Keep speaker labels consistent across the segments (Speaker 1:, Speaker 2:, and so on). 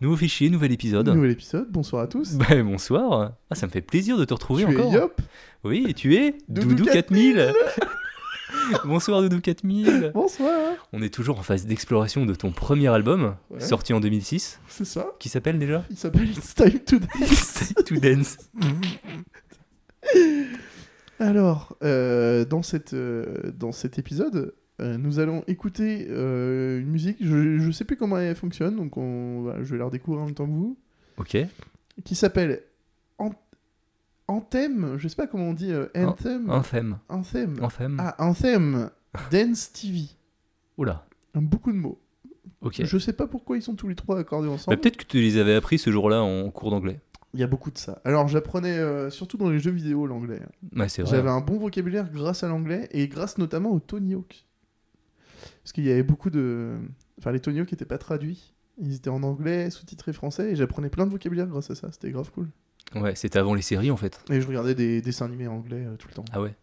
Speaker 1: Nouveau fichier, nouvel épisode.
Speaker 2: Nouvel épisode, bonsoir à tous.
Speaker 1: Ben, bonsoir. Ah, ça me fait plaisir de te retrouver
Speaker 2: tu
Speaker 1: encore.
Speaker 2: es Yop,
Speaker 1: Oui, et tu es
Speaker 2: Doudou
Speaker 1: Doudou 4000. bonsoir Doudou 4000.
Speaker 2: bonsoir.
Speaker 1: On est toujours en phase d'exploration de ton premier album,
Speaker 2: Ouais.
Speaker 1: sorti en 2006,
Speaker 2: C'est ça,
Speaker 1: qui s'appelle déjà
Speaker 2: il s'appelle It's Time to Dance.
Speaker 1: To Dance.
Speaker 2: Alors, euh, dans, cette, euh, dans cet épisode, euh, nous allons écouter euh, une musique, je, je sais plus comment elle fonctionne, donc on, va- je vais la redécouvrir en même temps que vous,
Speaker 1: Ok.
Speaker 2: qui s'appelle An- Anthem, je sais pas comment on dit, euh,
Speaker 1: An-
Speaker 2: Anthem,
Speaker 1: Anthem.
Speaker 2: Anthem.
Speaker 1: Anthem.
Speaker 2: Ah, Anthem, Dance TV,
Speaker 1: Oula.
Speaker 2: beaucoup de mots.
Speaker 1: Ok.
Speaker 2: Je sais pas pourquoi ils sont tous les trois accordés
Speaker 1: Bah,
Speaker 2: ensemble.
Speaker 1: Peut-être que tu les avais appris ce jour-là en cours d'anglais.
Speaker 2: Il y a beaucoup de ça. Alors j'apprenais euh, surtout dans les jeux vidéo l'anglais. hein.
Speaker 1: Ouais, c'est vrai.
Speaker 2: J'avais un bon vocabulaire grâce à l'anglais et grâce notamment aux Tony Hawk. Parce qu'il y avait beaucoup de... Enfin les Tony Hawk n'étaient pas traduits. Ils étaient en anglais, sous-titrés français et j'apprenais plein de vocabulaire grâce à ça. C'était grave cool.
Speaker 1: Ouais, c'était avant les séries en fait.
Speaker 2: Et je regardais des dessins animés anglais euh, tout le temps.
Speaker 1: Ah ouais.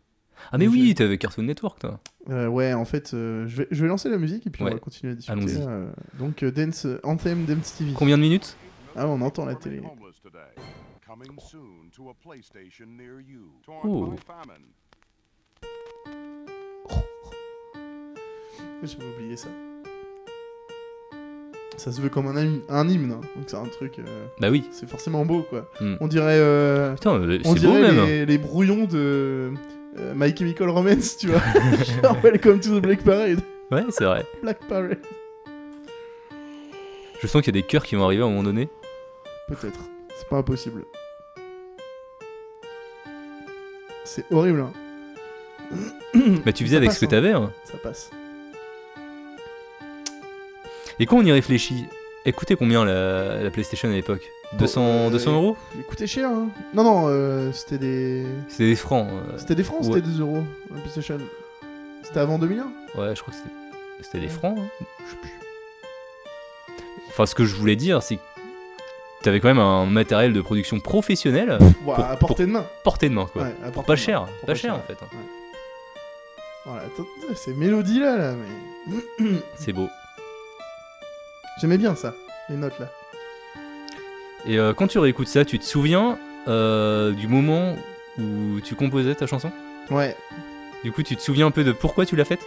Speaker 1: Ah mais
Speaker 2: Je-
Speaker 1: oui, t'avais Cartoon Network toi.
Speaker 2: Euh, ouais en fait euh, je, vais, je vais lancer la musique et puis
Speaker 1: Ouais.
Speaker 2: on va continuer à discuter.
Speaker 1: Allons-y.
Speaker 2: euh, donc euh, Dance Anthem Dance TV.
Speaker 1: Combien de minutes
Speaker 2: Ah on entend la télé.
Speaker 1: Oh.
Speaker 2: J'avais oublié ça. Ça se veut comme un, hymne- un hymne, hein. donc c'est un truc. euh,
Speaker 1: Bah oui.
Speaker 2: c'est forcément beau quoi.
Speaker 1: Hmm.
Speaker 2: On dirait, euh,
Speaker 1: Putain, euh,
Speaker 2: on
Speaker 1: c'est beau
Speaker 2: dirait
Speaker 1: même.
Speaker 2: les, les brouillons de euh, My Chemical Romance, tu vois. Genre Welcome to the Black Parade.
Speaker 1: Ouais, c'est vrai.
Speaker 2: Black Parade,
Speaker 1: Je sens qu'il y a des cœurs qui vont arriver à un moment donné.
Speaker 2: peut-être. C'est pas impossible. C'est horrible, hein.
Speaker 1: Bah tu faisais
Speaker 2: Ça
Speaker 1: avec
Speaker 2: passe,
Speaker 1: ce que
Speaker 2: hein.
Speaker 1: t'avais. hein.
Speaker 2: Ça passe.
Speaker 1: Et quand on y réfléchit, écoutez combien la, la PlayStation à l'époque 200,
Speaker 2: euh,
Speaker 1: 200 euros
Speaker 2: Il coûtait cher, hein. Non, non, euh, c'était des.
Speaker 1: C'était des francs. euh,
Speaker 2: C'était des francs,
Speaker 1: Ouais.
Speaker 2: c'était des euros, la PlayStation. C'était avant 2001
Speaker 1: ouais, je crois que c'était, c'était des francs. hein. Je sais plus. Enfin, ce que je voulais dire, c'est que t'avais quand même un matériel de production professionnel
Speaker 2: Bon,
Speaker 1: Pour-
Speaker 2: à portée de main.
Speaker 1: porté de main, quoi.
Speaker 2: Ouais, à portée
Speaker 1: Pas
Speaker 2: de main.
Speaker 1: cher,
Speaker 2: Pour
Speaker 1: pas cher en fait. hein.
Speaker 2: Voilà, attends, ces mélodies là, là, mais.
Speaker 1: C'est beau.
Speaker 2: J'aimais bien ça, les notes là.
Speaker 1: Et euh, quand tu réécoutes ça, tu te souviens euh, du moment où tu composais ta chanson
Speaker 2: Ouais,
Speaker 1: Du coup, tu te souviens un peu de pourquoi tu l'as faite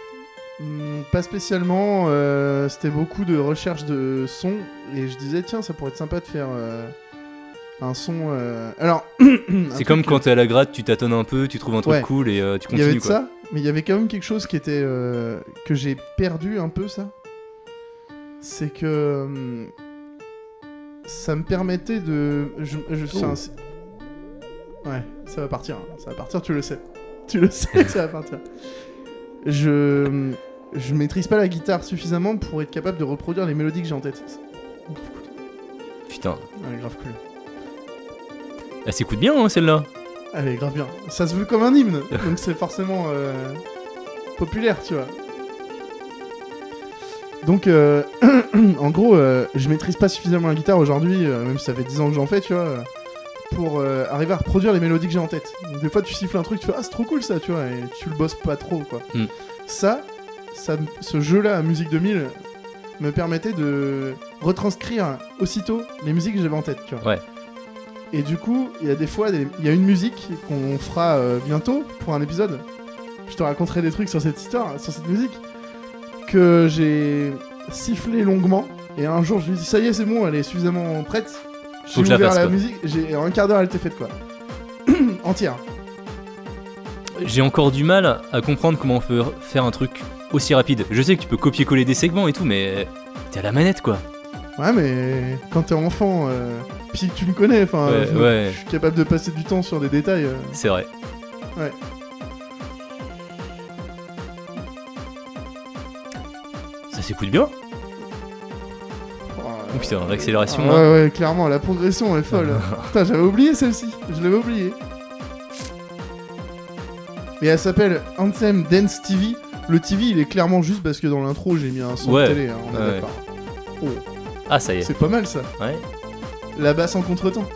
Speaker 2: Hmm, pas spécialement, euh, c'était beaucoup de recherche de sons, et je disais, tiens, ça pourrait être sympa de faire euh, un son. euh, Alors. un
Speaker 1: C'est
Speaker 2: truc
Speaker 1: comme
Speaker 2: que-
Speaker 1: quand t'es à la gratte, tu t'attends un peu, tu trouves un truc
Speaker 2: Ouais.
Speaker 1: cool et euh, tu
Speaker 2: Il y
Speaker 1: continues.
Speaker 2: avait de
Speaker 1: quoi.
Speaker 2: ça, mais il y avait quand même quelque chose qui était euh, que j'ai perdu un peu ça. C'est que hum, ça me permettait de. Je, je- c'est
Speaker 1: Oh.
Speaker 2: un- c'est- ouais, ça va partir, hein, ça va partir, tu le sais, tu le sais, que ça va partir. Je hum, je maîtrise pas la guitare suffisamment pour être capable de reproduire les mélodies que j'ai en tête.
Speaker 1: Putain,
Speaker 2: Elle est grave cool.
Speaker 1: elle s'écoute bien hein, celle-là.
Speaker 2: Elle est grave bien. Ça se veut comme un hymne, donc c'est forcément euh, populaire, tu vois. Donc, euh, en gros, euh, je maîtrise pas suffisamment la guitare aujourd'hui, euh, même si ça fait 10 ans que j'en fais, tu vois, euh, pour euh, arriver à reproduire les mélodies que j'ai en tête. Donc, des fois, tu siffles un truc, tu fais Ah, c'est trop cool ça, tu vois, et tu le bosses pas trop, quoi.
Speaker 1: Mm.
Speaker 2: Ça, ça, me- ce jeu-là, Musique 2000, me permettait de retranscrire aussitôt les musiques que j'avais en tête, tu vois.
Speaker 1: Ouais.
Speaker 2: Et du coup, il y a des fois, des- il y a une musique qu'on fera euh, bientôt pour un épisode. Je te raconterai des trucs sur cette histoire, sur cette musique, que j'ai sifflé longuement. Et un jour, je lui ai dit, ça y est, c'est bon, elle est suffisamment prête. J'ai
Speaker 1: que je la
Speaker 2: ouvert
Speaker 1: fasse, quoi.
Speaker 2: musique, j'ai en un quart d'heure, elle était faite, quoi. Entière.
Speaker 1: J'ai encore du mal à comprendre comment on peut faire un truc aussi rapide. Je sais que tu peux copier-coller des segments et tout, mais euh, t'es à la manette quoi.
Speaker 2: Ouais, mais quand t'es enfant, euh, puis tu me connais, enfin,
Speaker 1: Ouais,
Speaker 2: je, me-
Speaker 1: ouais.
Speaker 2: je suis capable de passer du temps sur des détails. euh.
Speaker 1: C'est vrai.
Speaker 2: Ouais.
Speaker 1: Ça s'écoute bien
Speaker 2: Oh,
Speaker 1: Oh putain,
Speaker 2: euh,
Speaker 1: l'accélération,
Speaker 2: ah, ouais, ouais, clairement, la progression est folle.
Speaker 1: Ah.
Speaker 2: Putain, j'avais oublié celle-ci. Je l'avais oubliée. Et elle s'appelle Anthem Dance TV. Le TV, il est clairement juste parce que dans l'intro, j'ai mis un son
Speaker 1: Ouais.
Speaker 2: de télé. hein, on est
Speaker 1: Ouais.
Speaker 2: d'accord. Oh,
Speaker 1: Ah ça y est.
Speaker 2: c'est pas mal ça.
Speaker 1: Ouais.
Speaker 2: La basse en contretemps.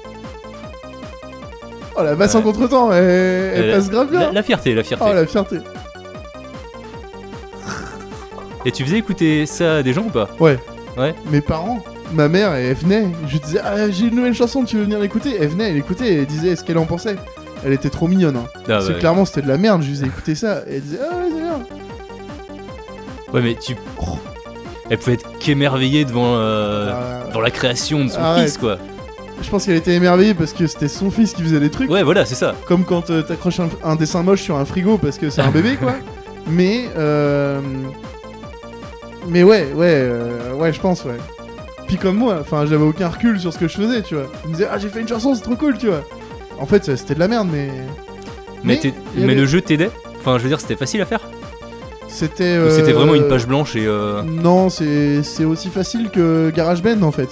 Speaker 2: Oh, la basse en
Speaker 1: Ouais.
Speaker 2: contretemps, elle, elle
Speaker 1: Euh,
Speaker 2: passe grave bien.
Speaker 1: La, la fierté, la fierté.
Speaker 2: Oh, la fierté.
Speaker 1: Et tu faisais écouter ça à des gens ou pas
Speaker 2: Ouais.
Speaker 1: Ouais.
Speaker 2: Mes parents, ma mère, elle venait. Je disais, ah, j'ai une nouvelle chanson, tu veux venir l'écouter Elle venait, elle écoutait, elle disait ce qu'elle en pensait. Elle était trop mignonne. hein.
Speaker 1: Ah,
Speaker 2: Parce que
Speaker 1: ouais.
Speaker 2: clairement, c'était de la merde. Je lui disais, écoutez ça. Et elle disait, ah, ouais, c'est bien.
Speaker 1: Ouais, mais tu. oh. Elle pouvait être qu'émerveillée devant, euh,
Speaker 2: Euh,
Speaker 1: devant la création de son
Speaker 2: Ah ouais.
Speaker 1: fils, quoi.
Speaker 2: je pense qu'elle était émerveillée parce que c'était son fils qui faisait des trucs.
Speaker 1: Ouais, voilà, c'est ça.
Speaker 2: Comme quand euh, t'accroches un, un dessin moche sur un frigo parce que c'est un bébé, quoi. Mais. euh, Mais ouais, ouais, euh, ouais, je pense, ouais. Puis comme moi, enfin, j'avais aucun recul sur ce que je faisais, tu vois. Je me disais, ah, j'ai fait une chanson, c'est trop cool, tu vois. En fait, c'était de la merde, mais.
Speaker 1: Mais,
Speaker 2: Mais
Speaker 1: t'es-
Speaker 2: il y
Speaker 1: mais
Speaker 2: avait-
Speaker 1: le jeu t'aidait Enfin, je veux dire, c'était facile à faire
Speaker 2: C'était.
Speaker 1: Ou c'était
Speaker 2: euh,
Speaker 1: vraiment une page blanche et. euh,
Speaker 2: Non, c'est c'est aussi facile que GarageBand en fait.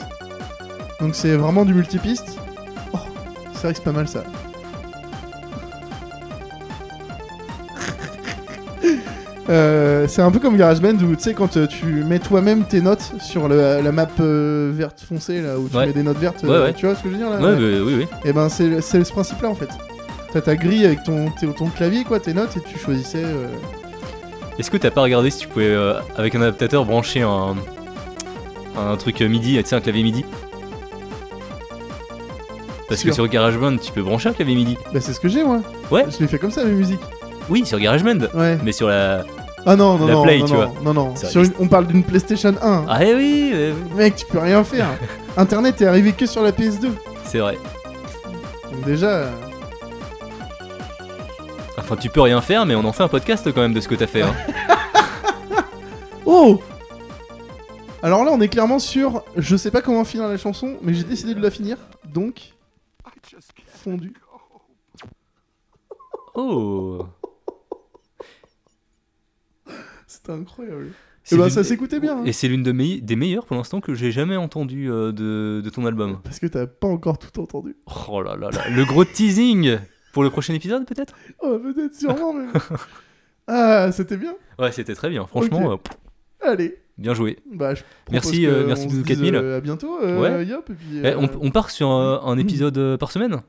Speaker 2: Donc c'est vraiment du multipiste. Oh, c'est vrai que c'est pas mal ça. Euh, c'est un peu comme GarageBand où tu sais quand euh, tu mets toi-même tes notes sur le- la map euh, verte foncée là où tu
Speaker 1: Ouais.
Speaker 2: mets des notes vertes
Speaker 1: Ouais,
Speaker 2: euh,
Speaker 1: ouais.
Speaker 2: tu vois ce que je veux dire là
Speaker 1: Ouais, bah, oui, oui.
Speaker 2: et ben c'est c'est ce principe là en fait t'as ta grille avec ton, tes- ton clavier quoi tes notes et tu choisissais euh,
Speaker 1: Est-ce que t'as pas regardé si tu pouvais, euh, avec un adaptateur, brancher un. un truc euh, MIDI, tu sais, un clavier MIDI Parce que
Speaker 2: Sûr.
Speaker 1: sur GarageBand, tu peux brancher un clavier MIDI.
Speaker 2: bah c'est ce que j'ai moi
Speaker 1: Ouais.
Speaker 2: je l'ai fait comme ça la musique
Speaker 1: Oui, sur GarageBand
Speaker 2: ouais
Speaker 1: Mais sur la.
Speaker 2: Ah non, non,
Speaker 1: La
Speaker 2: non,
Speaker 1: Play,
Speaker 2: non,
Speaker 1: tu
Speaker 2: non,
Speaker 1: vois.
Speaker 2: non, non.
Speaker 1: Ça
Speaker 2: Sur une- on parle d'une PlayStation 1.
Speaker 1: Ah, eh oui, eh oui,
Speaker 2: Mec, tu peux rien faire. Internet est arrivé que sur la PS2.
Speaker 1: c'est vrai.
Speaker 2: Donc déjà, euh,
Speaker 1: Enfin, tu peux rien faire, mais on en fait un podcast quand même de ce que t'as fait. hein.
Speaker 2: oh. Alors là, on est clairement sur. Je sais pas comment finir la chanson, mais j'ai décidé de la finir. Donc, fondu.
Speaker 1: Oh
Speaker 2: C'était incroyable.
Speaker 1: C'est
Speaker 2: Et bah
Speaker 1: l'une-
Speaker 2: ça s'écoutait bien. hein.
Speaker 1: Et c'est l'une de mes- des meilleures pour l'instant que j'ai jamais entendue euh, de, de ton album.
Speaker 2: Parce que t'as pas encore tout entendu.
Speaker 1: Oh là là là, le gros teasing pour le prochain épisode peut-être
Speaker 2: Oh, peut-être sûrement même. ah, c'était bien.
Speaker 1: Ouais, c'était très bien, franchement, euh, pff,
Speaker 2: Allez.
Speaker 1: bien joué.
Speaker 2: Bah, je propose
Speaker 1: Merci,
Speaker 2: que
Speaker 1: euh, merci
Speaker 2: on
Speaker 1: de
Speaker 2: se
Speaker 1: nous
Speaker 2: dise,
Speaker 1: 4000.
Speaker 2: euh, à bientôt. euh, Yop, et puis,
Speaker 1: Eh, on,
Speaker 2: euh,
Speaker 1: on part sur euh, un épisode euh, par semaine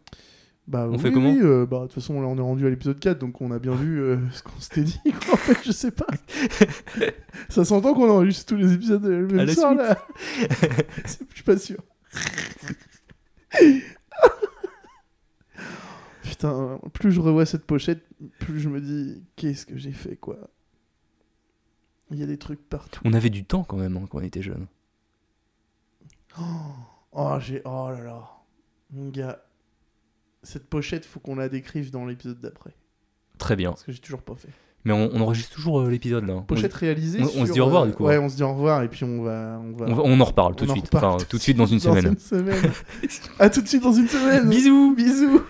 Speaker 2: Bah,
Speaker 1: On
Speaker 2: oui,
Speaker 1: fait comment
Speaker 2: oui, euh, bah, De toute façon, là, on est rendu à l'épisode 4, donc on a bien vu euh, ce qu'on s'était dit. quoi. En fait, je sais pas. Ça s'entend qu'on enregistre tous les épisodes euh, le
Speaker 1: À
Speaker 2: même
Speaker 1: la
Speaker 2: soir, là. C'est- je suis pas sûr. Putain, plus je revois cette pochette, plus je me dis qu'est-ce que j'ai fait, quoi. Il y a des trucs partout.
Speaker 1: On avait du temps quand même hein, quand on était jeune.
Speaker 2: Oh, j'ai. Oh là là. Mon gars. Cette pochette, faut qu'on la décrive dans l'épisode d'après.
Speaker 1: Très bien.
Speaker 2: Parce que j'ai toujours pas fait.
Speaker 1: Mais on, on enregistre toujours euh, l'épisode là. hein.
Speaker 2: pochette réalisée.
Speaker 1: on- on
Speaker 2: sur,
Speaker 1: se dit au revoir,
Speaker 2: euh,
Speaker 1: du coup. hein.
Speaker 2: Ouais, on se dit au revoir et puis on va. On va,
Speaker 1: On, va- on en reparle tout
Speaker 2: on
Speaker 1: de
Speaker 2: en
Speaker 1: suite.
Speaker 2: reparle
Speaker 1: Enfin, tout de suite dans une semaine.
Speaker 2: Dans une semaine. à tout de suite dans une semaine.
Speaker 1: Bisous
Speaker 2: Bisous.